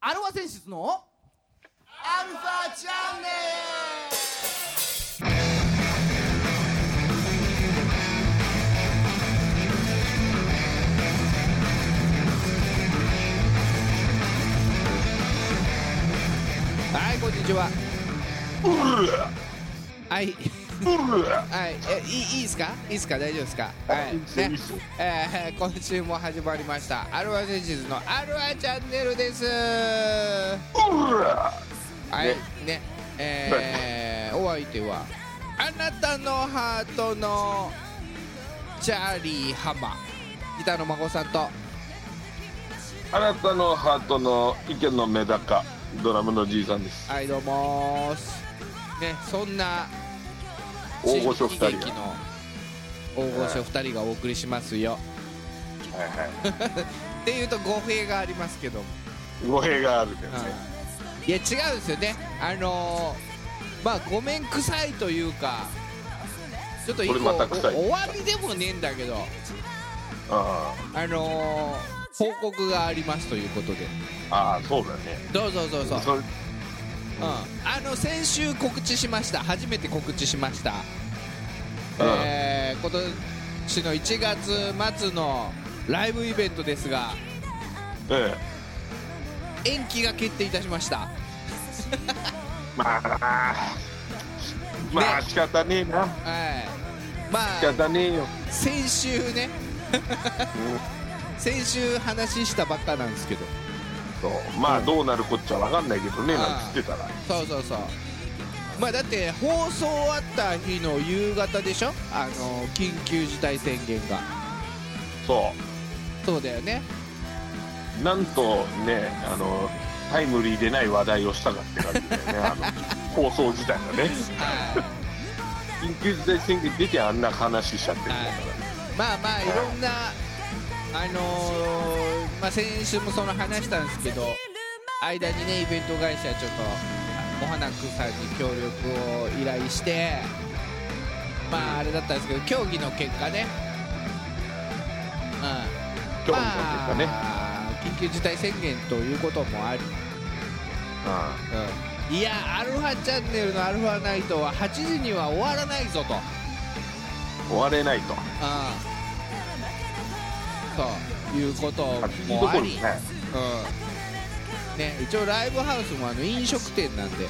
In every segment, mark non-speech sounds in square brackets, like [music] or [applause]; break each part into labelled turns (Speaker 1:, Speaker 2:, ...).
Speaker 1: アルファ選出のアルファチャンネ
Speaker 2: はいこんにちははいはいえいいいいですかいいですか大丈夫ですかはい、ねえー、今週も始まりましたアルワ選手のアルワチャンネルですはいねえー、お相手はあなたのハートのチャーリー浜ギターの孫さんと
Speaker 3: あなたのハートの意見のメダカドラムのじいさんです
Speaker 2: はいどうもーすねそんな
Speaker 3: 大御所二
Speaker 2: 地
Speaker 3: 人
Speaker 2: 域劇の大御所2人がお送りしますよ、
Speaker 3: はいは
Speaker 2: っていうと語弊がありますけども、
Speaker 3: い語弊があるけどね
Speaker 2: いや違うんですよねあのーまあごめんくさいというかちょっと一個
Speaker 3: これまた臭い
Speaker 2: おお詫びでもねえんだけど
Speaker 3: あ
Speaker 2: あのー報告がありますということで
Speaker 3: あああそうだね
Speaker 2: どうぞどうぞ、うん、
Speaker 3: それ
Speaker 2: あの先週告知しました初めて告知しました、
Speaker 3: うん
Speaker 2: えー今年の1月末のライブイベントですが
Speaker 3: え
Speaker 2: 延期が決定いたしました
Speaker 3: えまあまあ仕方ねえな
Speaker 2: はいまあ
Speaker 3: 仕方ねえよ
Speaker 2: 先週ね先週話したばっかなんですけど
Speaker 3: そうまあどうなるこっちゃわかんないけどねなんて言ってたら
Speaker 2: そうそうそうまあだって放送終わった日の夕方でしょあの緊急事態宣言が
Speaker 3: そ
Speaker 2: そうだよね
Speaker 3: うなんとねあのタイムリーでない話題をしたかって感じだよねあの放送自体がね
Speaker 2: はい
Speaker 3: 緊急事態宣言出てあんな話しちゃってるんだから、
Speaker 2: まあまあいろんなあのーまあ先週もその話したんですけど間にねイベント会社ちょっとお花くさんに協力を依頼してまああれだったんですけど競技の結果ねうん
Speaker 3: 興味持ってたね、
Speaker 2: まあ緊急事態宣言ということもあり、いやアルファチャンネルのアルファナイトは8時には終わらないぞと
Speaker 3: うん、終われないと
Speaker 2: ああということもあり、
Speaker 3: 8時どころね
Speaker 2: うんね、一応ライブハウスもあの飲食店なんで、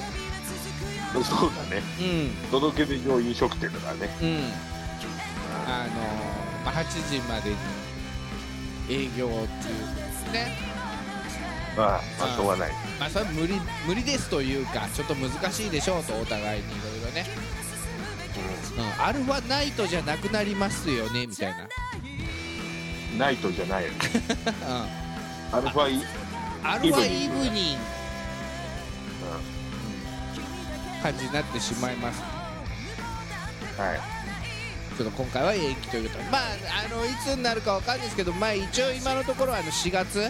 Speaker 3: そうだね
Speaker 2: うん
Speaker 3: 届け出上飲食店だからね
Speaker 2: うんあのまあ、8時までに営業っていうね、
Speaker 3: まあ
Speaker 2: う
Speaker 3: ま
Speaker 2: ん
Speaker 3: あしょうがない
Speaker 2: まあ、それは無理無理ですというかちょっと難しいでしょうとお互いにいろいろね、うん、アルファナイトじゃなくなりますよねみたいな、
Speaker 3: ナイトじゃないよね
Speaker 2: うん
Speaker 3: アルファイ
Speaker 2: アルファイブニング感じになってしまいます
Speaker 3: はい
Speaker 2: ちょっと今回は延期ということでまああのいつになるかわかんないですけどまあ一応今のところはあの4月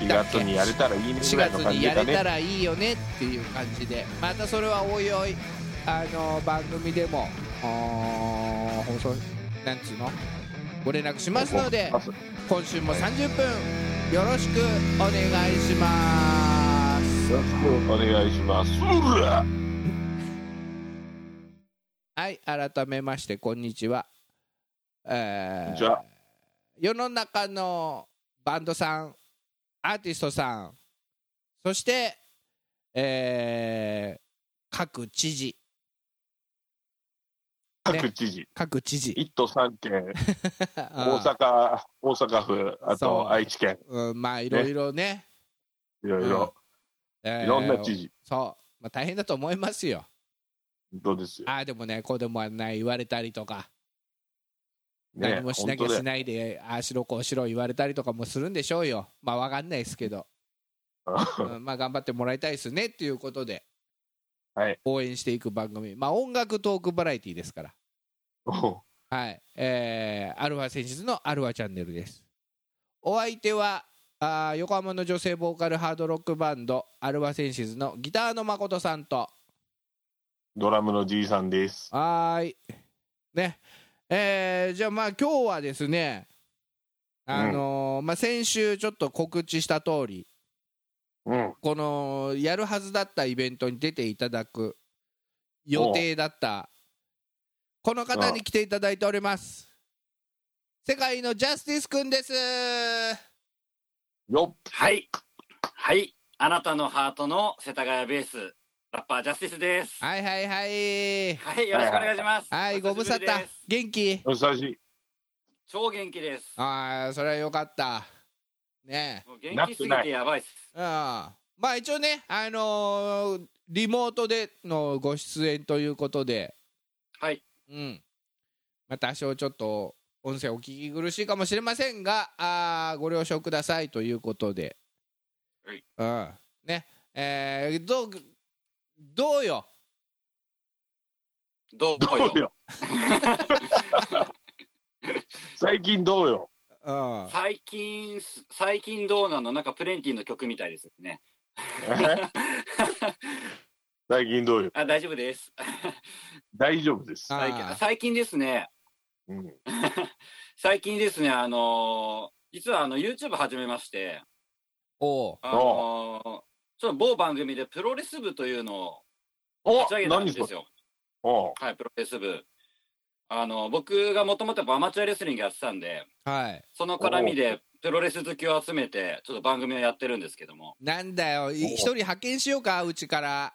Speaker 3: 4月にやれたらいいね
Speaker 2: 4
Speaker 3: ぐらい
Speaker 2: 月
Speaker 3: の感
Speaker 2: に
Speaker 3: じ
Speaker 2: や
Speaker 3: だ
Speaker 2: れた
Speaker 3: ね
Speaker 2: らいいよねっていう感じでまたそれはおいおいあの番組でもおー放送なんつうのご連絡しますので
Speaker 3: あそう
Speaker 2: 今週も30分よろしくお願いします
Speaker 3: お願いしますうら
Speaker 2: はい改めましてこんにちは、えー
Speaker 3: じゃあ
Speaker 2: 世の中のバンドさんアーティストさんそして、えー各知事
Speaker 3: 各知事
Speaker 2: 各知 [laughs] 事、
Speaker 3: 1都3県大
Speaker 2: 大
Speaker 3: 阪大阪府あ
Speaker 2: そう
Speaker 3: と愛知県
Speaker 2: うん、まあいろいろね
Speaker 3: いろいろ
Speaker 2: えー
Speaker 3: いろんな知事
Speaker 2: そう、まあ、大変だと思いますよ
Speaker 3: どうですよ
Speaker 2: ああでもねこうでもない言われたりとか、
Speaker 3: ね
Speaker 2: 何もしなきゃ
Speaker 3: 本当
Speaker 2: し
Speaker 3: ね
Speaker 2: ないでああしろこうしろ言われたりとかもするんでしょうよまあわかんないですけど、うんまあ頑張ってもらいたいですねっていうことで
Speaker 3: はい
Speaker 2: 応援していく番組まあ音楽トークバラエティーですから
Speaker 3: お
Speaker 2: はい、えー、アルファ選手のアルファチャンネルです。お相手はあー横浜の女性ボーカルハードロックバンドアルファセンシズのギターの誠さんと
Speaker 3: ドラムのじいさんです
Speaker 2: はーいねえー、じゃあまあ今日はですねあのーまあ、先週ちょっと告知した通り、
Speaker 3: うん。
Speaker 2: このやるはずだったイベントに出ていただく予定だったこの方に来ていただいております世界のジャスティスくんです
Speaker 3: よっ。
Speaker 4: はい。はい。あなたのハートの世田谷ベース、ラッパージャスティスです。
Speaker 2: はいはいはい
Speaker 4: はい。よろしくお願いします。
Speaker 2: はいご無沙
Speaker 4: お久しぶり
Speaker 2: 汰
Speaker 4: です
Speaker 2: 元気
Speaker 3: お久しぶり。
Speaker 4: 超元気です。
Speaker 2: ああそれはよかったね
Speaker 4: もう元気すぎてやばいです。
Speaker 2: えうんまあ一応ねあのーリモートでのご出演ということで
Speaker 4: はい。
Speaker 2: うん、まあ多少ちょっと音声お聞き苦しいかもしれませんがあーご了承くださいということで、
Speaker 4: はい
Speaker 2: うんねえーどうどうよ
Speaker 4: どう
Speaker 3: ど
Speaker 4: よ
Speaker 3: うよ。 [laughs] 最近どうよ。 [laughs]
Speaker 2: うん
Speaker 4: 最近す、最近どうなのなんかプレンティの曲みたいですね。 [laughs]
Speaker 3: 最近どうよ。
Speaker 4: あ、大丈夫です。
Speaker 3: 大丈夫です。
Speaker 2: あ
Speaker 4: 最近最近ですね、
Speaker 3: うん。
Speaker 4: 最近ですね、あのー実はあの YouTube 始めまして、
Speaker 2: おう
Speaker 4: あのーちょっと某番組でプロレス部というのを
Speaker 3: お
Speaker 4: 立ち上げたん
Speaker 3: 何
Speaker 4: です
Speaker 3: それ。
Speaker 4: よ。
Speaker 3: お
Speaker 4: はい、プロレス部。あの、僕がもともとアマチュアレスリングやってたんで、
Speaker 2: はい
Speaker 4: その絡みでプロレス好きを集めて、ちょっと番組をやってるんですけども。
Speaker 2: なんだよい
Speaker 3: おう
Speaker 2: 一人派遣しようかうちから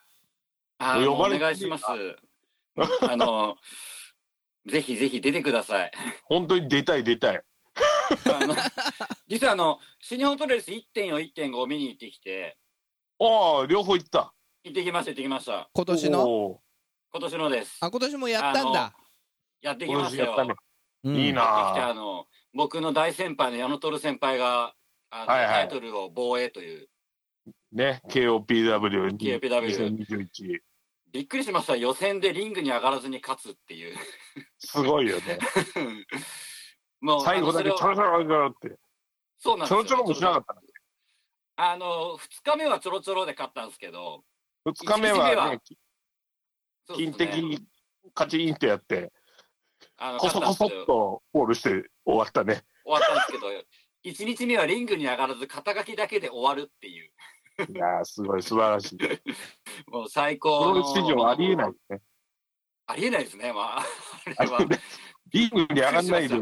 Speaker 4: あの、
Speaker 3: 呼
Speaker 4: お
Speaker 3: ばれて
Speaker 4: 願いし
Speaker 3: [laughs]
Speaker 4: ます。あの、ぜひぜひ出てください。
Speaker 3: 本当に出たい出たい。
Speaker 4: あの、実はあの、新日本プロレス1.4、1.5を見に行ってきて、
Speaker 3: ああ、両方行った。
Speaker 4: 行ってきました、行ってきました。
Speaker 2: 今年の
Speaker 3: おー
Speaker 4: 今年のです。
Speaker 2: あ今年もやったんだ、
Speaker 4: やってき
Speaker 3: 今
Speaker 4: ま
Speaker 3: 年
Speaker 4: した
Speaker 3: やっ
Speaker 4: よ。
Speaker 3: たね。
Speaker 2: うん
Speaker 3: いいな
Speaker 4: やってきて、あの、僕の大先輩の矢野徹先輩が、あの
Speaker 3: はいはい
Speaker 4: タイトルを防衛という、
Speaker 3: ね、KOPW
Speaker 4: 2021
Speaker 3: 2021。
Speaker 4: びっくりしました。予選でリングに上がらずに勝つっていう。 [laughs]
Speaker 3: すごいよね。
Speaker 4: もう、
Speaker 3: 最後だけ
Speaker 4: あ
Speaker 3: ち
Speaker 4: の
Speaker 3: ょろちょろちょろって。
Speaker 4: それをそうなんです
Speaker 3: ちょ
Speaker 4: よ
Speaker 3: ろちょろもしなかったね。
Speaker 4: あの、2日目はちょろちょろで勝ったんですけど、
Speaker 3: 二日目
Speaker 4: 一日
Speaker 3: は
Speaker 4: 目
Speaker 3: ね
Speaker 4: は、そうで
Speaker 3: 金
Speaker 4: すね
Speaker 3: 的にカチンってやって、
Speaker 4: あの
Speaker 3: コ
Speaker 4: 勝
Speaker 3: ソコ
Speaker 4: ったんです
Speaker 3: ソ
Speaker 4: け
Speaker 3: っ
Speaker 4: ど
Speaker 3: とフォールして終わった
Speaker 4: [laughs]
Speaker 3: ね。
Speaker 4: 終わったんですけど、1日目はリングに上がらず、肩書きだけで終わるっていう、 [laughs]
Speaker 3: いやー、すごい、素晴らしい。
Speaker 4: もう最
Speaker 3: プ
Speaker 4: 高
Speaker 3: ロ
Speaker 4: の。
Speaker 3: レス史上ありえない。ね。
Speaker 4: ありえないですね、まあ。 [laughs] あれは、
Speaker 3: リングに上がんないで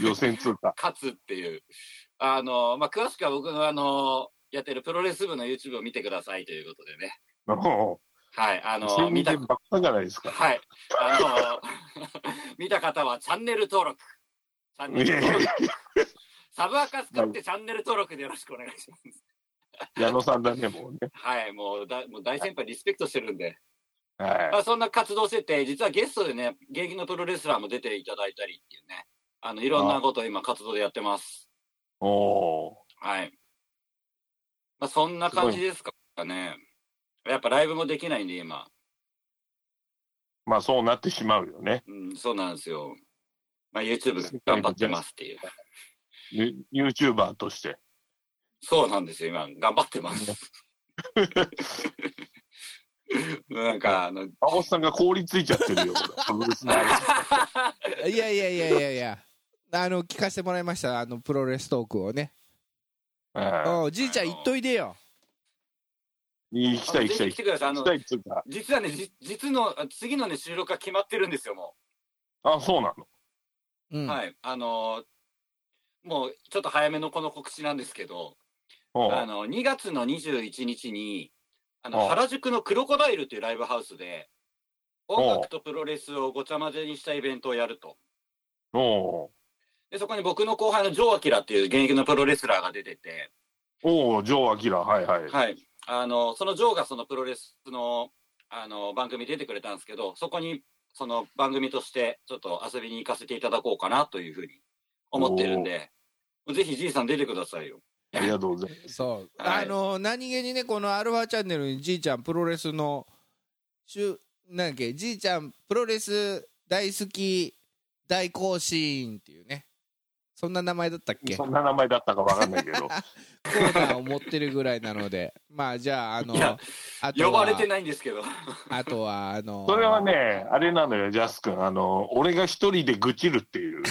Speaker 3: 予選通過。
Speaker 4: 勝つっていう。あの、まあ、詳しくは僕のあの、やってるプロレス部の YouTube を見てくださいということでね。
Speaker 3: も
Speaker 4: はい、あ
Speaker 3: う、
Speaker 4: の、見た
Speaker 3: ばっかじゃないですか。
Speaker 4: はい。あの、 [laughs] 見た方はチャンネル登録。チャンネ
Speaker 3: い
Speaker 4: ル
Speaker 3: やい
Speaker 4: 登
Speaker 3: やい
Speaker 4: 録。サブアカ作ってチャンネル登録でよろしくお願いします。
Speaker 3: や、矢野さんだね、もうね。
Speaker 4: はい、もうだもう大先輩リスペクトしてるんで。ま
Speaker 3: は
Speaker 4: あ、そんな活動してて、実はゲストでね、現役のプロレスラーも出ていただいたりっていうね、あの、いろんなことを今活動でやってます。
Speaker 3: い。おー。
Speaker 4: はい。まあ、そんな感じですかね。やっぱライブもできないんで、今。
Speaker 3: まあ、そうなってしまうよね。
Speaker 4: うん、そうなんですよ。まあ、YouTube 頑張ってますっていう。
Speaker 3: ユーチューバーと
Speaker 4: [laughs]
Speaker 3: して。
Speaker 4: そうなんですよ、今、頑張ってます。なんか、あの、
Speaker 3: 青本さんが凍りついちゃってるよ、これ
Speaker 2: いやいやいやいやいやあの聞かせてもらいましたあのプロレストークをね、
Speaker 3: は
Speaker 2: うんじいちゃん言っといでよ
Speaker 3: い行きたい、行きたい、
Speaker 4: ぜひ
Speaker 3: 行
Speaker 4: 来てください。あ
Speaker 3: き
Speaker 4: の
Speaker 3: た、いっつうか。
Speaker 4: 実はね、じ実の、あ次のね、収録が決まってるんですよ、も
Speaker 3: あ、そうなの。
Speaker 2: うん
Speaker 4: う。はい。あのーもう、ちょっと早めのこの告知なんですけど、
Speaker 3: お
Speaker 4: あ
Speaker 3: う
Speaker 4: の、2月の21日に、あ
Speaker 3: お
Speaker 4: の、
Speaker 3: う
Speaker 4: 原宿のクロコダイルというライブハウスで、
Speaker 3: う
Speaker 4: 音楽とプロレスをごちゃ混ぜにしたイベントをやると。
Speaker 3: おう
Speaker 4: で、そこに僕の後輩のジョー・アキラっていう現役のプロレスラーが出てて、
Speaker 3: おうジョー・アキラ、はいはい。
Speaker 4: はい、あのそのジョーがそのプロレスのあの番組出てくれたんですけど、そこにその番組としてちょっと遊びに行かせていただこうかなというふうに思ってるんで、ぜひじいさん出てくださいよ。
Speaker 3: ありがとうございます。
Speaker 2: そう、
Speaker 4: は
Speaker 2: あ
Speaker 4: い
Speaker 2: の何気にねこのアルファチャンネルにじいちゃんプロレスのしゅなんだっけじいちゃんプロレス大好き大行進っていうねそんな名前だったっ
Speaker 4: [laughs]
Speaker 2: けコ
Speaker 3: そ
Speaker 2: ー
Speaker 3: んな名前だったかわかんないけど。
Speaker 2: ナーを持ってるぐらいなのでまあじゃああの
Speaker 4: いや
Speaker 2: あとは
Speaker 4: 呼ばれてないんですけど、 [laughs]
Speaker 2: あとはあの
Speaker 3: それはね、あれなのよ、ジャス君。あの、俺が一人で愚痴るっていう。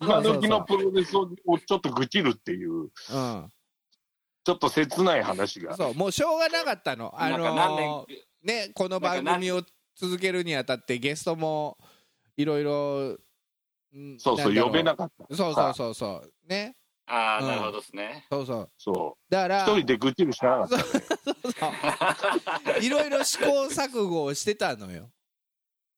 Speaker 3: 今
Speaker 2: そうそう
Speaker 3: 時のプロレスをちょっと愚痴るっていう、
Speaker 2: うん
Speaker 3: ちょっと切ない話が。
Speaker 2: そうもうしょうがなかったの、あ
Speaker 4: なんか何
Speaker 2: の
Speaker 4: 年
Speaker 2: ーね、この番組を続けるにあたってゲストもいろいろん
Speaker 3: そうそ
Speaker 2: ん
Speaker 3: う、
Speaker 2: だろ
Speaker 3: 呼べなかった。
Speaker 2: そうそうそうそうね
Speaker 4: あ
Speaker 2: う
Speaker 4: あ
Speaker 2: ん
Speaker 4: なるほどですね
Speaker 2: そうそう
Speaker 3: そ
Speaker 2: だか
Speaker 3: う。
Speaker 2: ら
Speaker 3: 一人で愚痴るしかなかった。
Speaker 2: そうそういろいろ試行錯誤をしてたのよ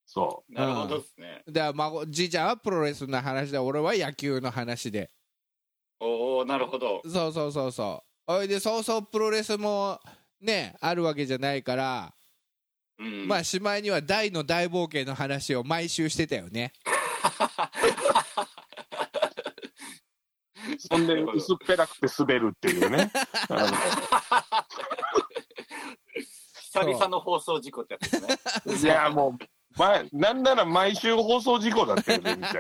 Speaker 3: そ
Speaker 4: なるほどですね
Speaker 2: だから孫じいちゃんはプロレスの話で俺は野球の話で
Speaker 4: おおなるほど
Speaker 2: そうそうそうそうおいでそうそうプロレスもねあるわけじゃないから、
Speaker 4: うん
Speaker 2: まあしまいには大の大冒険の話を毎週してたよね
Speaker 3: う。そんで、薄っぺらくて滑るっていうね。あ
Speaker 4: 久々の放送事故ってやつですね
Speaker 3: のいや、もう、ま、なんなら毎週放送事故だったよね、みたい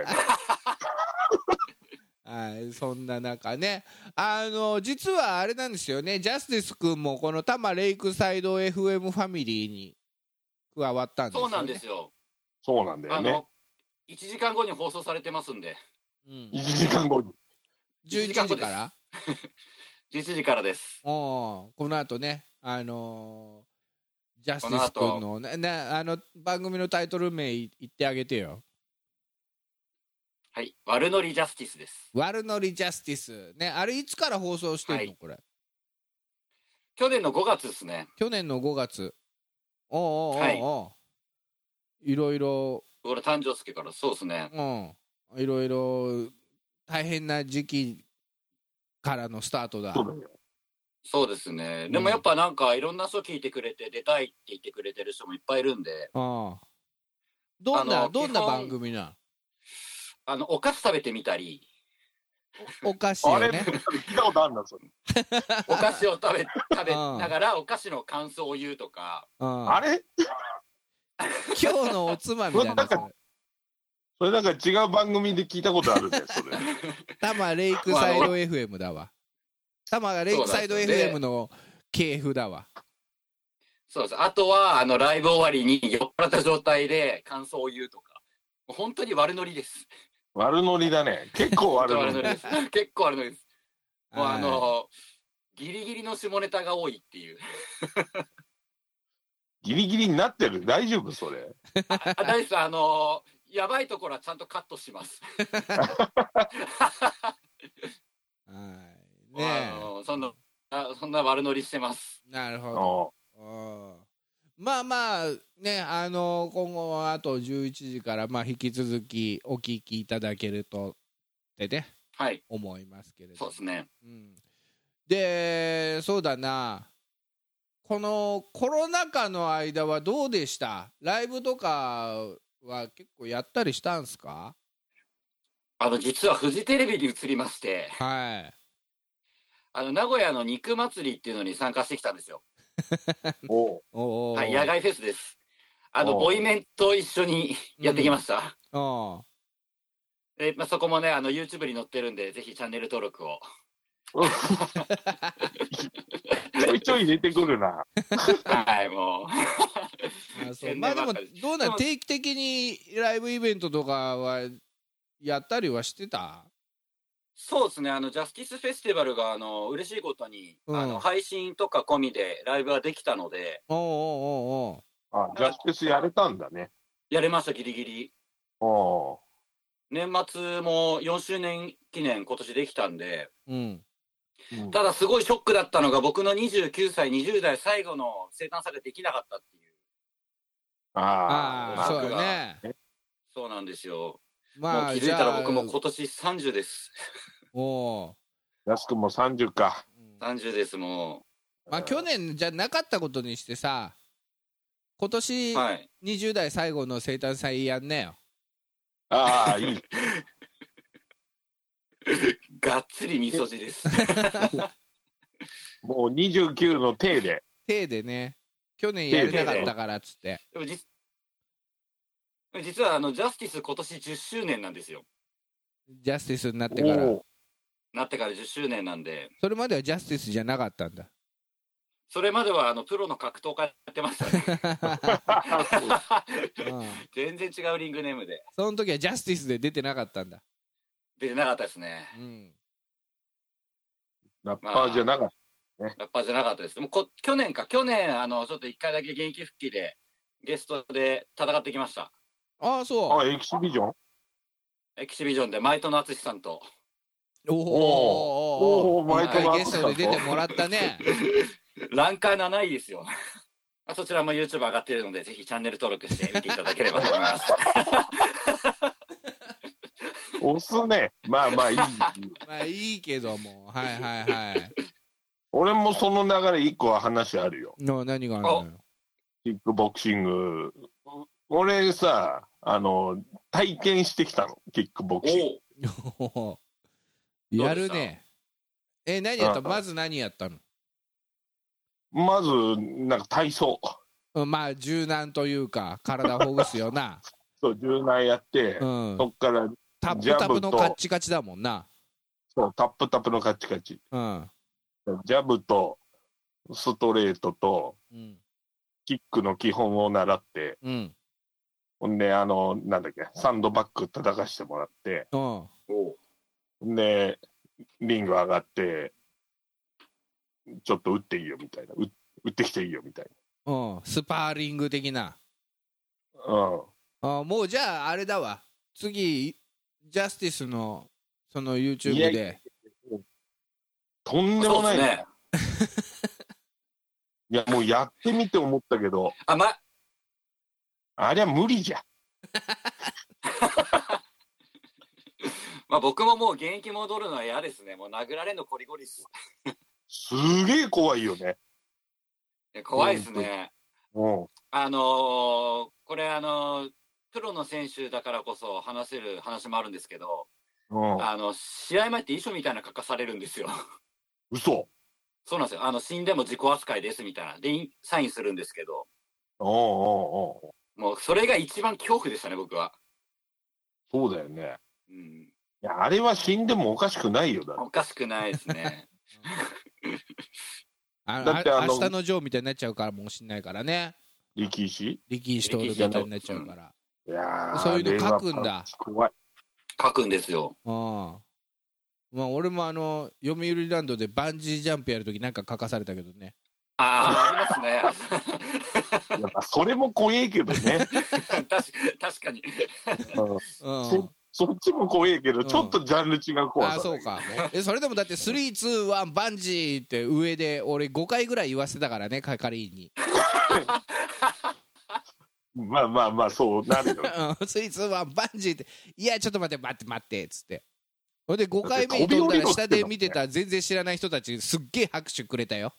Speaker 3: な。
Speaker 2: はい、そんな中ね、あの実はあれなんですよね、ジャスティス君もこの多摩レイクサイド FM ファミリーに加わったんですよ、
Speaker 4: そ
Speaker 2: ね、
Speaker 4: うなんで
Speaker 2: [laughs]
Speaker 4: すよ
Speaker 3: そうなんだ
Speaker 4: あ
Speaker 3: よね。
Speaker 4: の1時間後に放送されてますんで
Speaker 2: うん
Speaker 3: 1時間後に。
Speaker 2: 11時から、
Speaker 4: 11時からです
Speaker 2: おーこの後ね、あのージャスティス君のねねあの番組のタイトル名い言ってあげてよ、
Speaker 4: はい悪ノリジャスティスです
Speaker 2: 悪ノリジャスティス、ね、あれ、いつから放送してるの、
Speaker 4: はい
Speaker 2: これ、
Speaker 4: 去年の5月ですね
Speaker 2: 去年の5月、おうおうおうおう、い、ろいろ
Speaker 4: 俺誕生月からそうですね
Speaker 2: うん、いろいろ大変な時期からのスタートだ。
Speaker 3: そうだよ。
Speaker 4: そうですねでもやっぱなんかいろんな人聞いてくれて出たいって言ってくれてる人もいっぱいいるんで
Speaker 2: ああどん
Speaker 4: あ
Speaker 2: な
Speaker 4: の
Speaker 2: どんな
Speaker 4: 基本
Speaker 2: 番組な
Speaker 4: あのお菓子食べてみたり
Speaker 2: のお菓子
Speaker 3: あ
Speaker 2: よ
Speaker 3: れ、
Speaker 2: ね。
Speaker 3: 聞いたことあるんだ、それ。
Speaker 4: お菓子を食べ食べながらお菓子の感想を言うとか
Speaker 2: うん
Speaker 3: あれ
Speaker 2: 今日のおつまみだな、それ。
Speaker 3: それなんか違う番組で聞いたことあるんだよ、それ。
Speaker 2: 多摩レイクサイド FM だわ。多摩レイクサイド
Speaker 4: そうなんですよ
Speaker 2: FM の系譜だわ。
Speaker 4: そうですあとはあのライブ終わりに [laughs] 酔っ払った状態で感想を言うとかもう本当に悪ノリです
Speaker 3: 悪ノリだね。結構
Speaker 4: 本
Speaker 3: 悪
Speaker 4: 当悪
Speaker 3: ノ
Speaker 4: ノリ
Speaker 3: リ。
Speaker 4: です [laughs] 結構悪ノリですもうあ
Speaker 2: はい
Speaker 4: のギリギリの下ネタが多いっていう
Speaker 3: ギリギリになってる。大丈夫それ。
Speaker 4: あ大地さんあのやばいところはちゃんとカットします
Speaker 2: はい
Speaker 4: あ
Speaker 2: ね
Speaker 4: のそんなあそんな悪乗りしてます。
Speaker 2: え。なるほど。う
Speaker 3: お
Speaker 2: んまあまあねあの今後はあと11時からまあ引き続きお聞きいただけるとってね
Speaker 4: はい、
Speaker 2: 思いますけれど
Speaker 4: そうですね。
Speaker 2: うん、でそうだなこのコロナ禍の間はどうでしたライブとかは結構やったりしたんすか
Speaker 4: あの実はフジテレビに移りまして、
Speaker 2: はい
Speaker 4: あの名古屋の肉祭りっていうのに参加してきたんですよ。
Speaker 3: お
Speaker 2: おうおう
Speaker 4: はい、野外フェスです。あの
Speaker 3: おう
Speaker 4: ボイメンと一緒に [laughs] やってきました。
Speaker 2: おう
Speaker 4: で、まあそこもね、あの YouTube に載ってるんで、ぜひチャンネル登
Speaker 2: [laughs]
Speaker 4: 録を。
Speaker 3: ちょいちょい出てくるな。
Speaker 4: はい、も
Speaker 2: あそう
Speaker 4: 宣伝
Speaker 2: まあで
Speaker 4: ば
Speaker 2: も
Speaker 4: っかり
Speaker 2: どうな
Speaker 4: で
Speaker 2: ん
Speaker 4: も
Speaker 2: 定期的にライブイベントとかはやったりはしてた
Speaker 4: そうですね。あのジャスティスフェスティバルがあの嬉しいことに、
Speaker 2: うん
Speaker 4: あの配信とか込みでライブができたので、
Speaker 2: おうおうおうおう
Speaker 3: あ、ジャスティスやれたんだね。
Speaker 4: やれましたギリギリ。
Speaker 3: お
Speaker 4: 年末も4周年記念今年できたんで、
Speaker 2: うん。
Speaker 3: うん
Speaker 4: ただすごいショックだったのが僕の29歳、20代最後の生誕祭ができなかったっていう。
Speaker 3: あ
Speaker 2: あ
Speaker 3: あ
Speaker 2: あ、
Speaker 4: マ
Speaker 2: そ
Speaker 4: ー
Speaker 2: う
Speaker 4: ク
Speaker 2: だ
Speaker 4: が
Speaker 2: ね。
Speaker 4: そうなんですよ。
Speaker 2: ま
Speaker 4: も
Speaker 2: あ、
Speaker 4: う気づいたら僕も
Speaker 2: じゃ
Speaker 4: 今年30です。
Speaker 2: あお
Speaker 3: 安くんも30か。
Speaker 2: う
Speaker 4: 30です、も
Speaker 2: まあ、去年じゃなかったことにしてさ、今年
Speaker 4: う。はい。
Speaker 2: 20代最後の生誕祭やんな
Speaker 4: [laughs]
Speaker 2: よ。
Speaker 3: ああ、いい。
Speaker 4: がっつり味噌汁です。
Speaker 3: もう29の手で。
Speaker 2: 手でね、去年やれなかったからっつって。
Speaker 4: でも実実はあの、ジャスティス今年10周年なんですよ。
Speaker 2: ジャスティスになって
Speaker 3: お
Speaker 2: から。
Speaker 3: [laughs] お
Speaker 4: なってから10周年なんで、
Speaker 2: それまではジャスティスじゃなかったん
Speaker 4: [laughs]
Speaker 2: だ。
Speaker 4: それまではあの、プロの格闘家やってましたね。 [laughs]
Speaker 3: ー。
Speaker 2: うん。
Speaker 4: 全然違うリングネームで。
Speaker 2: その時はジャスティスで出てなかったんだ。
Speaker 4: 出てなかったですね。
Speaker 2: うん。
Speaker 3: ラッパーじゃなかっ
Speaker 4: ラッパーじゃなかったです。もうこ去年か、去年、あの、ちょっと一回だけ現役復帰で、ゲストで戦ってきました。
Speaker 2: ああ、
Speaker 3: た。
Speaker 2: そ
Speaker 3: あ、エキシビジョン
Speaker 4: エキシビジョンで、マイトの淳さ
Speaker 3: [laughs]
Speaker 4: んと。
Speaker 2: う。おお
Speaker 3: おおー、マイ
Speaker 2: 一
Speaker 3: ク
Speaker 2: 回
Speaker 3: マ
Speaker 2: ゲストで出てもらったね。
Speaker 4: 欄下7位ですよ。 [laughs] あそちらも YouTube 上がっているので、ぜひチャンネル登録して見ていただければと思
Speaker 3: [laughs]
Speaker 4: います。
Speaker 3: 押すね。まあまあい
Speaker 2: [laughs]
Speaker 3: い。
Speaker 2: まあいいけども。はいはいはい。
Speaker 3: 俺もその流れ一個は話あるよ。
Speaker 2: の何があるのよ。
Speaker 3: キックボクシング。俺さ、あの、体験してきたの。キックボクシング。
Speaker 4: お
Speaker 2: おー [laughs] やるね。え、何やった
Speaker 3: うん
Speaker 2: まず何やったの
Speaker 3: まず、なんか体操。
Speaker 2: うんまあ柔軟というか、体ほぐすよ
Speaker 3: [laughs]
Speaker 2: な。
Speaker 3: そう、柔軟やって、
Speaker 2: うん
Speaker 3: そ。っから、
Speaker 2: タップタプの
Speaker 3: ジャブと
Speaker 2: カッチカチだもんな。
Speaker 3: そう、タップタップのカチカチ。
Speaker 2: うん。
Speaker 3: ジャブと、ストレートと、
Speaker 2: うん。
Speaker 3: キックの基本を習って、
Speaker 2: うん。
Speaker 3: ほんで、あの、なんだっけ、サンドバッグ叩かしてもらって、
Speaker 2: うん。
Speaker 4: お
Speaker 3: ほんで、リング上がって、ちょっと打っていいよみたいな。打打ってきていいよみたい
Speaker 2: うん。スパーリング的な。
Speaker 3: な。うん。
Speaker 2: あもうじゃああれだわ。次、ジャスティスの、その YouTube
Speaker 3: いやい
Speaker 2: で。
Speaker 3: とんでもない。
Speaker 4: そうですね
Speaker 3: いや、もうやってみて思ったけど、
Speaker 4: あ、ま、
Speaker 3: ありゃ無理じゃん。
Speaker 4: まあ、僕ももう現役戻るのは嫌ですね。もう殴られんのコリコリっす。
Speaker 3: すげえ怖いよね。
Speaker 4: いや怖いですね。
Speaker 3: うん。
Speaker 4: あのーこれあのープロの選手だからこそ話せる話もあるんですけど、
Speaker 3: うん。
Speaker 4: あの、試合前って遺書みたいなの書かされるんですよ。 [laughs]
Speaker 3: 嘘。
Speaker 4: そうなんですよ。あの、死んでも自己扱いですみたいな。で、インサインするんですけど、
Speaker 3: うんうんうん。
Speaker 4: もうそれが一番恐怖でしたね、僕は。
Speaker 3: そうだよね。
Speaker 4: うん。
Speaker 3: いや、あれは死んでもおかしくないよだって。
Speaker 4: おかしくないです
Speaker 2: [laughs]
Speaker 4: ね。
Speaker 2: あ
Speaker 3: だって
Speaker 2: あ
Speaker 3: あの
Speaker 2: 明日のジョーみたいになっちゃうからもしんないからね。
Speaker 3: 力石
Speaker 2: 力士とみたいになっちゃうから。
Speaker 3: いやー
Speaker 2: そういうの書くんだ
Speaker 3: あれは怖い。
Speaker 4: 書くんですよ。
Speaker 2: うん。まあ俺もあの、読売ランドでバンジージャンプやるときなんか書かされたけどね。
Speaker 4: ああ、あります
Speaker 2: [laughs]
Speaker 4: ね。
Speaker 3: いやそれも怖えけどね。
Speaker 4: 確か確かに。
Speaker 3: うん
Speaker 2: うん。
Speaker 3: そっちも怖えけど、
Speaker 2: うん
Speaker 3: ちょっとジャンル違う怖
Speaker 2: あ
Speaker 3: さ。
Speaker 2: あそうかえそれでもだって3、2、1バンジーって上で俺5回ぐらい言わせてたからね係員に
Speaker 3: まあまあまあ、そうなるよ [laughs]
Speaker 2: う。んスイーツはバンジーって、いや、ちょっと待って、待って、待って、っつって。ほんで、5回目に飛んだら、下で見てた全然知らない人たち、すっげえ拍手くれ [laughs] たよ。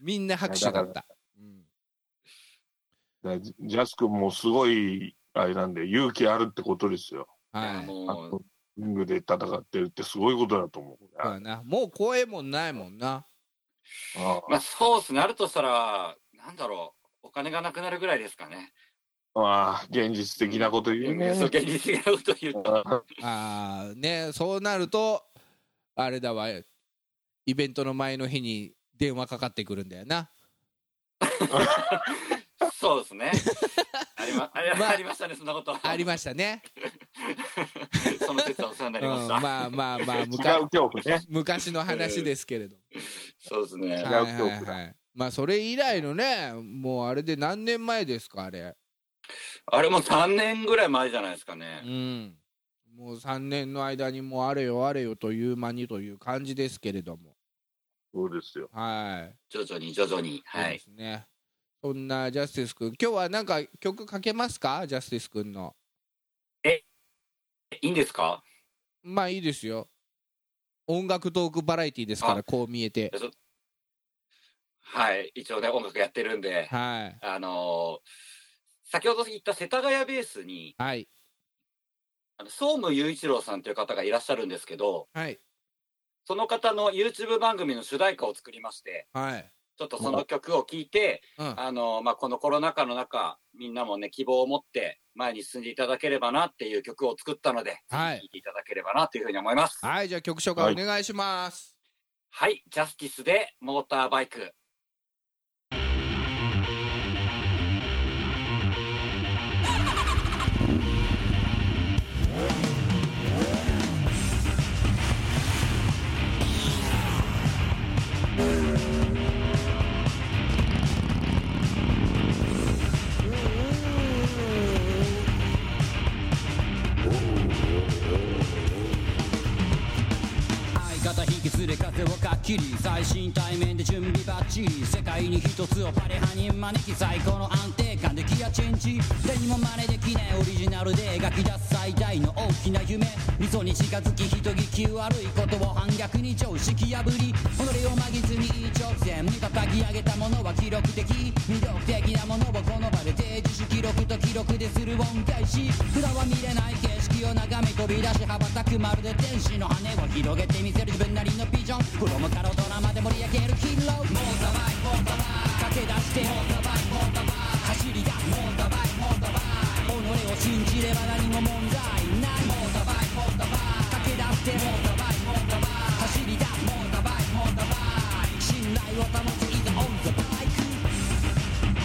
Speaker 2: みんな拍手だった。うん
Speaker 3: だからジジャス君もすごい、あれなんで、勇気あるってことですよ。
Speaker 2: はい。
Speaker 3: あ
Speaker 4: もう
Speaker 3: のリングで戦ってるってすごいことだと思う。
Speaker 2: そうやなもう怖えもんないもんな。
Speaker 3: あ
Speaker 4: まあ、そうっすね。あるとしたら、なんだろう。お金がなくなるぐらいですかね。
Speaker 3: ああ、現実的なこと言うね。
Speaker 4: そう現実的なこと言うと。
Speaker 3: あ
Speaker 2: ああ、ね、そうなると、あれだわ、イベントの前の日に電話かかってくるんだよな。
Speaker 4: そうで
Speaker 2: [laughs]
Speaker 4: すね。ありまあり
Speaker 2: まあ
Speaker 4: ありましたね、そんなこと。
Speaker 2: ありましたね。
Speaker 4: その説はお世話にな
Speaker 2: う
Speaker 4: り
Speaker 2: ん、
Speaker 4: ました。
Speaker 2: まあまあ
Speaker 3: [laughs]
Speaker 2: まあ、
Speaker 3: 違う
Speaker 2: 昔
Speaker 3: 恐怖ね。
Speaker 2: 昔の話ですけれども
Speaker 4: そうですね。
Speaker 2: は
Speaker 3: 違う
Speaker 2: いはい
Speaker 3: 恐怖
Speaker 2: はい、まあそれ以来のねもうあれで何年前ですかあれ
Speaker 4: あれも3年ぐらい前じゃないですか
Speaker 2: う
Speaker 4: ね。
Speaker 2: んもう3年の間にもうあれよあれよという間にという感じですけれども
Speaker 3: そうですよ。
Speaker 2: はい
Speaker 4: 徐々に徐々に。
Speaker 2: そ
Speaker 4: は
Speaker 2: うで
Speaker 4: い。
Speaker 2: すねそんなジャスティス君今日はなんか曲かけますかジャスティス君の
Speaker 4: いいんですか
Speaker 2: まあいいですよ音楽トークバラエティですから
Speaker 4: あ
Speaker 2: こう見えて
Speaker 4: はい。一応ね、音楽やってるんで。
Speaker 2: はい
Speaker 4: あのー先ほど言った世田谷ベースに、
Speaker 2: はい
Speaker 4: あの総務雄一郎さんという方がいらっしゃるんですけど、
Speaker 2: はい
Speaker 4: その方の YouTube 番組の主題歌を作りまして、
Speaker 2: はい
Speaker 4: ちょっとその曲を聴いて、
Speaker 2: うん
Speaker 4: あの、まあ、このコロナ禍の中、みんなもね、希望を持って前に進んでいただければなっていう曲を作ったので、
Speaker 2: はい
Speaker 4: ぜひ聴いていただければなというふうに思います。はい、
Speaker 2: はいじゃあ曲紹介お願いします、
Speaker 4: ジャスティスでモーターバイク。
Speaker 5: 「モーターバイク」すれ風をかっきり最新対面で準備バッチリ世界に一つをパレハに招き最高の安定感でギアチェンジ誰にも真似できないオリジナルで描き出す最大の大きな夢理想に近づき人聞き悪いことを反逆に常識破り己を曲げずに一直線に叩き上げたものは記録的魅力的なものをこの場で提示し記録と記録でする恩返し普段は見れない景色を眺め飛び出し羽ばたくまるで天使の羽を広げてみせる自分なりのビジョンフロムからドラマで盛り上げるヒーローもうザバイもうザバイ駆け出してもうザバイもうザバイ走り出すもうザバイもうザバイ己を信じれば何も問題ないもうザバイもうザバイ駆け出してもうザバイもうザバイ走り出すもうザバイもうザバイ信頼を保つ is on the bike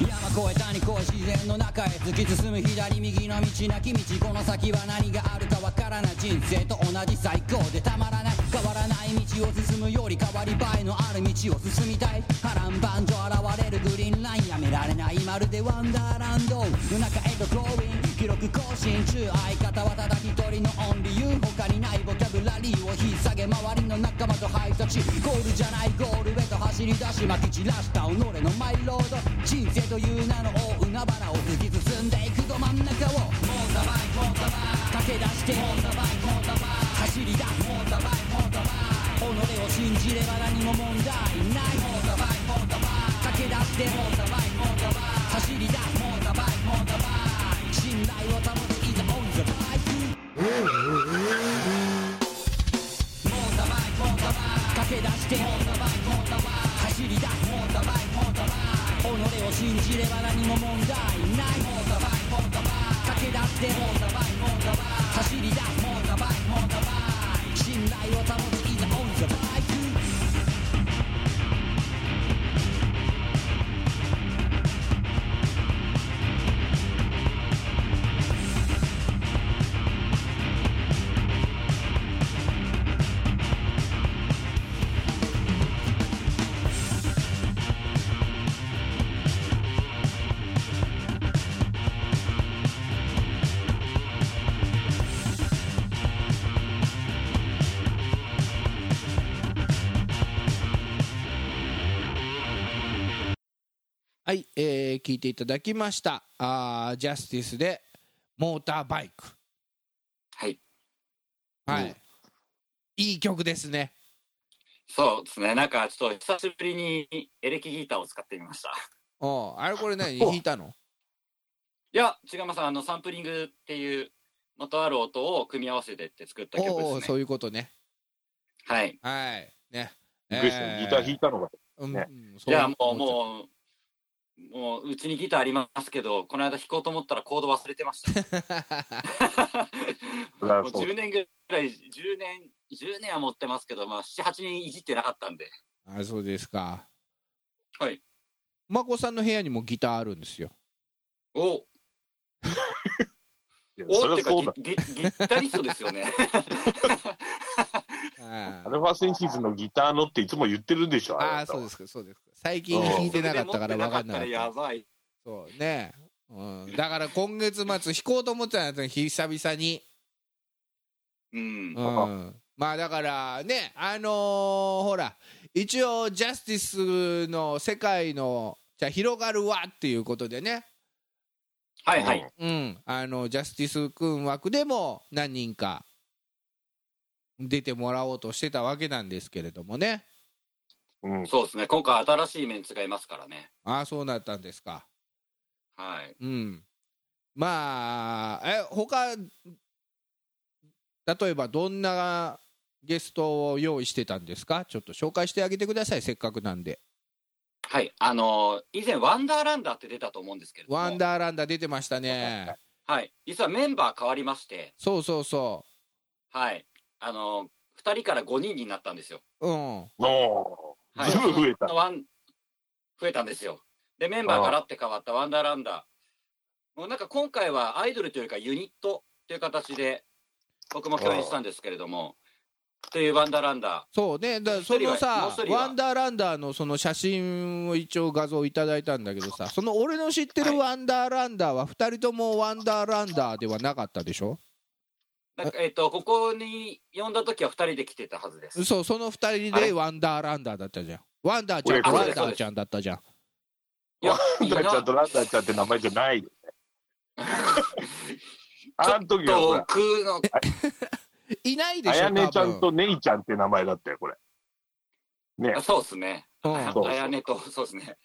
Speaker 5: 山越え谷越え自然の中へ突き進む左右の道なき道この先は何があるかわからない人生と同じ最高でたまらない変わらない道を進むより変わり映えのある道を進みたい波乱万丈現れるグリーンラインやめられないまるでワンダーランド夜中へとゴーイン記録更新中相方はただ一人のオンリーユー他にないボキャブラリーを引っ提げ周りの仲間とハイタッチゴールじゃないゴールへと走り出しまき散らした己のマイロード人生という名の大海原を突き進んでいくど真ん中をもうザバイもうザバイ駆け出してもうザバイもうザバイ走り出すもうザバイもうザバイ己を信じれば何も問題ないもうザバイもうザバイ駆け出してもうザバイもうザバイ走り出すもうザバイもうザバイ信頼を保つ is on the bike もうザバイもうザバイ駆け出してもうザバイもうザバイ走り出すもうザバイもうザバイ己を信じれば何も問題ないもうザバイもうザバイ駆け出してもうザバイもうザバイ走り出すもうザバイもうザバイ信頼を保つ is on the bike
Speaker 2: はい、えー、聞いていただきました。あージャスティスで、モーターバイク。
Speaker 4: はい。
Speaker 2: はい。
Speaker 3: うん
Speaker 2: いい曲ですね。
Speaker 4: そうですね。なんかちょっと久しぶりにエレキギターを使ってみました。
Speaker 2: おうあれこれ何
Speaker 3: お
Speaker 2: 弾いたの
Speaker 4: いや、違います。あの、サンプリングっていう、元ある音を組み合わせてって作った曲
Speaker 2: おうおう
Speaker 4: です
Speaker 2: そ
Speaker 4: ね。
Speaker 2: ういうことね。
Speaker 4: はい。
Speaker 2: はい。ね。
Speaker 3: びっくりしたギター弾いたのが、
Speaker 2: うん
Speaker 3: ね
Speaker 2: うんそ
Speaker 4: いうや、もう、
Speaker 2: 思っ
Speaker 4: もう、もう、うちにギターありますけど、この間弾こうと思ったらコード忘れてました。
Speaker 2: ちゃった。 [laughs]
Speaker 3: そりゃ
Speaker 4: もう
Speaker 3: そう
Speaker 4: 10年ぐらい、10年、10年は持ってますけど、まあ、7、8年いじってなかったんで。
Speaker 2: あ、そうですか。
Speaker 4: はい。
Speaker 2: まこさんの部屋にもギターあるんですよ。
Speaker 4: お
Speaker 3: そ
Speaker 4: おっ
Speaker 3: り
Speaker 4: て
Speaker 3: ゃそうだ、。
Speaker 4: かギギギタリストで
Speaker 2: [laughs]
Speaker 4: すよね。
Speaker 2: あ
Speaker 3: アルファセンシズのギターのっていつも言ってるでしょ、
Speaker 2: あー、そうですか、そうですか。最近弾いてなかったから分かんなか
Speaker 4: [laughs] そ
Speaker 2: った
Speaker 4: れで持ってなかっ。たらやばい。
Speaker 2: そうね。うん、だから今月末弾こうと思ってたんだけど久々に、
Speaker 4: うん
Speaker 2: う。ん、まあだからねあのーほら一応ジャスティスの世界のじゃあ広がるわっていうことでね、
Speaker 4: はいはい。
Speaker 2: うん、あのジャスティス君枠でも何人か出てもらおうとしてたわけなんですけれどもね
Speaker 3: うん。
Speaker 4: そうですね。今回新しいメンツがいますからね。
Speaker 2: ああそうなったんですか
Speaker 4: はい。
Speaker 2: うんまあえ他例えばどんなゲストを用意してたんですかちょっと紹介してあげてくださいせっかくなんで
Speaker 4: はい。あのー以前、ワンダーランダーって出たと思うんですけれども。
Speaker 2: ワンダーランダー出てましたね
Speaker 4: はい。実はメンバー変わりまして、
Speaker 2: そうそうそ
Speaker 4: はい。あのー、2人から5人になったんですよ。
Speaker 2: ううん
Speaker 3: おー
Speaker 4: はい。
Speaker 3: すぐ増えた。
Speaker 4: ワン、増えたんですよ。で、メンバーからって変わったワンダーランダー。もうなんか今回はアイドルというかユニットという形で、僕も共演したんですけれども、というワンダーランダ
Speaker 2: そうね、だからその
Speaker 4: も
Speaker 2: さ
Speaker 4: う一人はもう一、人は
Speaker 2: ワンダーランダーのその写真を一応画像いただいたんだけどさ、その俺の知ってるワンダーランダーは、2人ともワンダーランダーではなかったでしょ
Speaker 4: ー。なんかえっと、ここに呼んだ時は2人で来てたはずです。
Speaker 2: そう、その2人
Speaker 4: あ
Speaker 2: で
Speaker 4: れ
Speaker 2: ワンダーランダーだったじゃん。ワンダーちゃん
Speaker 3: 俺
Speaker 2: と
Speaker 3: こ
Speaker 2: ワ
Speaker 4: れ
Speaker 2: ンダーちゃんだったじゃん。
Speaker 4: いや、い
Speaker 3: ランタちゃ
Speaker 4: なん
Speaker 3: とランタちゃんって名前じゃないよね。あの時はほ
Speaker 4: と
Speaker 3: ら、
Speaker 4: 食うの、
Speaker 2: いないで
Speaker 3: あ
Speaker 2: しょ、
Speaker 3: やねちゃん
Speaker 2: 多
Speaker 3: とねいちゃんって名前だったよ、これ。ね
Speaker 4: あ、そうですね。
Speaker 2: 分うん
Speaker 3: そう
Speaker 4: あやねと、そうですね。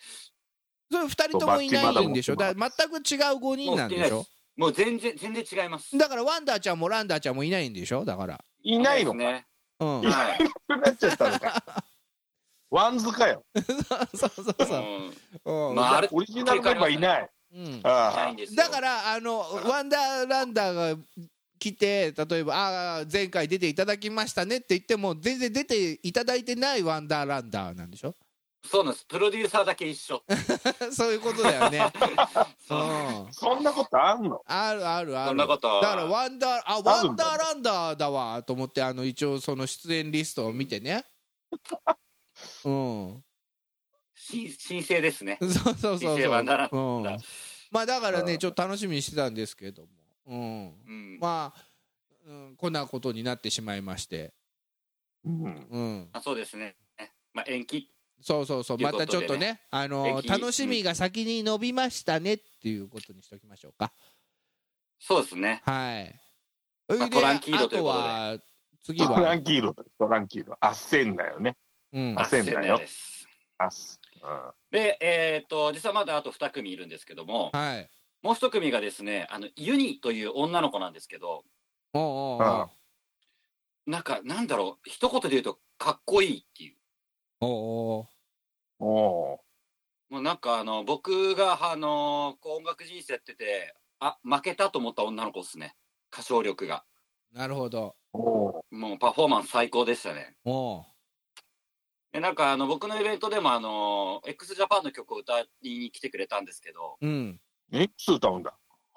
Speaker 2: それ2人ともいないんでしょだから全く違う5人なんでし
Speaker 4: もう
Speaker 2: ょ
Speaker 4: 好もう全然、全然違います。
Speaker 2: だからワンダーちゃんもランダーちゃんもいないんでしょだから。
Speaker 3: いないのか。
Speaker 4: ね。
Speaker 2: うん。
Speaker 4: はい。
Speaker 3: なくなっちゃったのか。ワンズかよ。
Speaker 2: [laughs] そうそうそう
Speaker 4: うん
Speaker 2: うん。
Speaker 4: まあ、あれ、
Speaker 3: オリジナルメンバーいない。
Speaker 2: うん
Speaker 4: な
Speaker 3: あ
Speaker 4: いんですよ
Speaker 2: だからあのワンダーランダーが来て例えば「ああ前回出ていただきましたね」って言っても全然出ていただいてないワンダーランダーなんでしょ [laughs]
Speaker 4: そうなんです。プロデューサーだけ一緒。
Speaker 2: そういうことだよね。う
Speaker 4: そう
Speaker 3: あ、
Speaker 4: ん
Speaker 3: そんなことあんの
Speaker 2: あるあるある
Speaker 4: そんなことは
Speaker 2: だからワンダーあ
Speaker 3: あ
Speaker 2: ワ
Speaker 3: る
Speaker 2: ン
Speaker 3: ん
Speaker 2: ダ
Speaker 3: だ
Speaker 2: ーランダーだわと思ってあの一応その出演リストを見て
Speaker 4: [laughs]
Speaker 2: ねうん
Speaker 4: 新新生ですね。
Speaker 2: そうそうそうそう、
Speaker 4: 一世はならん
Speaker 2: うん、まあだから
Speaker 3: う
Speaker 2: ね
Speaker 3: ん
Speaker 2: ちょっと楽しみにしてたんですけども、
Speaker 4: う
Speaker 2: うんん、。まあ、うん、こんなことになってしまいまして
Speaker 3: うん。
Speaker 2: うん
Speaker 4: あそうですね。まあ、延期。
Speaker 2: そうそうそう
Speaker 4: という
Speaker 2: ま
Speaker 4: こと
Speaker 2: た
Speaker 4: で
Speaker 2: ちょっとねあの
Speaker 4: 駅
Speaker 2: 楽しみが先に伸びましたねっていうことにしておきましょうか
Speaker 4: そうですね。
Speaker 2: はい
Speaker 4: ま
Speaker 2: で
Speaker 4: あトランキード
Speaker 2: あ
Speaker 4: という
Speaker 2: と
Speaker 4: ことで
Speaker 2: は次
Speaker 3: トラ
Speaker 2: は、
Speaker 3: ンキーロだトランキーロ。あっせんだよね。
Speaker 2: うん
Speaker 3: あ、せんだよ
Speaker 4: せんです。
Speaker 3: あっす。う
Speaker 4: で、えっと、実はまだあと2組いるんですけども、
Speaker 2: はい
Speaker 4: もう1組がですね、あの、ユニという女の子なんですけど、
Speaker 2: おうおうおう
Speaker 3: あ。
Speaker 4: なんか、なんだろう、一言で言うと、かっこいいっていう。
Speaker 2: おうおうん
Speaker 3: お
Speaker 4: もうなんか、あの、僕が、あの、こう音楽人生やってて、あ、負けたと思った女の子っすね。歌唱力が。
Speaker 2: なるほど
Speaker 3: お。お
Speaker 4: もうパフォーマンス最高でしたね。
Speaker 2: おう
Speaker 4: でなんかあの僕のイベントでもあの x ジャパンの曲を歌いに来てくれたんですけど、
Speaker 2: うん、
Speaker 3: お。X 歌うんだ。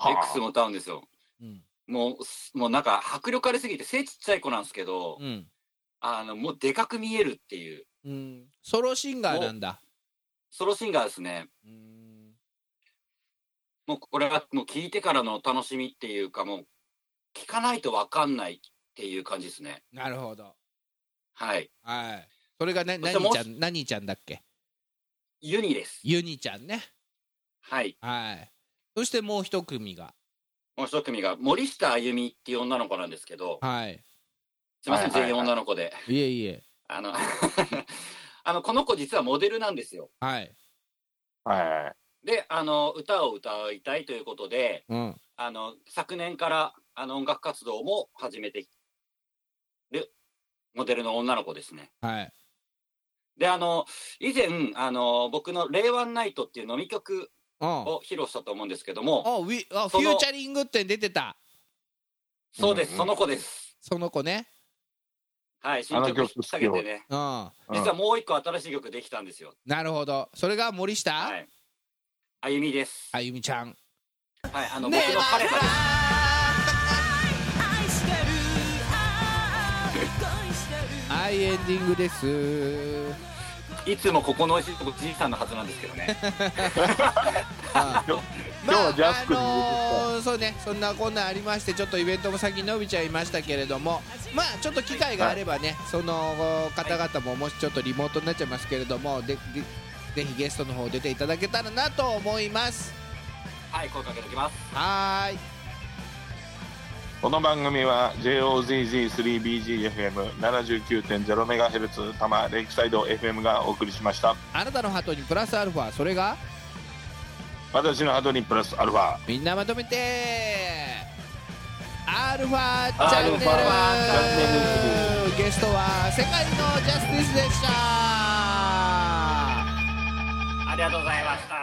Speaker 4: X も歌うんですよ
Speaker 2: うん
Speaker 4: もうすもうなんか迫力ありすぎて背ちっちゃい子なんですけど、
Speaker 2: うん
Speaker 4: あのもうでかく見えるっていう
Speaker 2: うん、ソロシンガーなんだ
Speaker 4: ソロシンガーですね
Speaker 2: うん
Speaker 4: もうこれはもう聴いてからのお楽しみっていうかもう聴かないと分かんないっていう感じですね
Speaker 2: なるほど
Speaker 4: はい
Speaker 2: はいそれがね
Speaker 4: そして
Speaker 2: 何
Speaker 4: もう
Speaker 2: ちゃん何ちゃんだっけ
Speaker 4: ユニです
Speaker 2: ユニちゃんね
Speaker 4: はい
Speaker 2: はいそしてもう一組が
Speaker 4: もう一組が森下あゆみっていう女の子なんですけど
Speaker 2: はい
Speaker 4: すいません
Speaker 3: はいはいはい
Speaker 4: 全員女の子で
Speaker 2: いえいえ
Speaker 4: あの [laughs] あのこの子実はモデルなんですよ
Speaker 2: はい
Speaker 3: は
Speaker 4: であの歌を歌いたいということで
Speaker 2: うん
Speaker 4: あの昨年からあの音楽活動も始めてるモデルの女の子ですね。
Speaker 2: はい
Speaker 4: であの以前あの僕の「令和ナイト」っていう飲み曲
Speaker 2: うん
Speaker 4: を披露したと思うんですけども
Speaker 2: あウィあフ
Speaker 4: その
Speaker 2: ューチャリングって出てた
Speaker 4: そうです、
Speaker 3: うん
Speaker 4: その子です。
Speaker 2: その子ね
Speaker 4: はい新曲引っ提げてね
Speaker 2: うん
Speaker 3: い。
Speaker 4: 実はもう一個新しい曲できたんですよ。
Speaker 2: なるほどそれが森下、
Speaker 4: はいあゆみです。
Speaker 2: あゆみちゃん
Speaker 4: はい、あの、僕の彼がです。
Speaker 2: はいエンディングです
Speaker 4: いつもここのおじおじいさんのはずなんですけどね。
Speaker 2: あ
Speaker 3: 今日はジャスコに
Speaker 2: あのーそうねそんなこんなんありましてちょっとイベントも先に伸びちゃいましたけれどもまあちょっと機会があればね、その方々ももしちょっとリモートになっちゃいますけれどもででぜひゲストの方出ていただけたらなと思います
Speaker 4: はい、声かけておきます。
Speaker 2: はーい
Speaker 3: この番組は JOZZ3BGFM79.0MHz 多摩レイクサイド FM がお送りしました
Speaker 2: あなたのハートにプラスアルファそれが
Speaker 3: 私のハートにプラスアルファ
Speaker 2: みんなまとめてアルファチ
Speaker 3: ア
Speaker 2: ャ
Speaker 3: ル
Speaker 2: ン
Speaker 3: ファ
Speaker 2: ネ
Speaker 3: チャ
Speaker 2: ルゲストは世界のジャスティスでした
Speaker 4: ありがとうございました。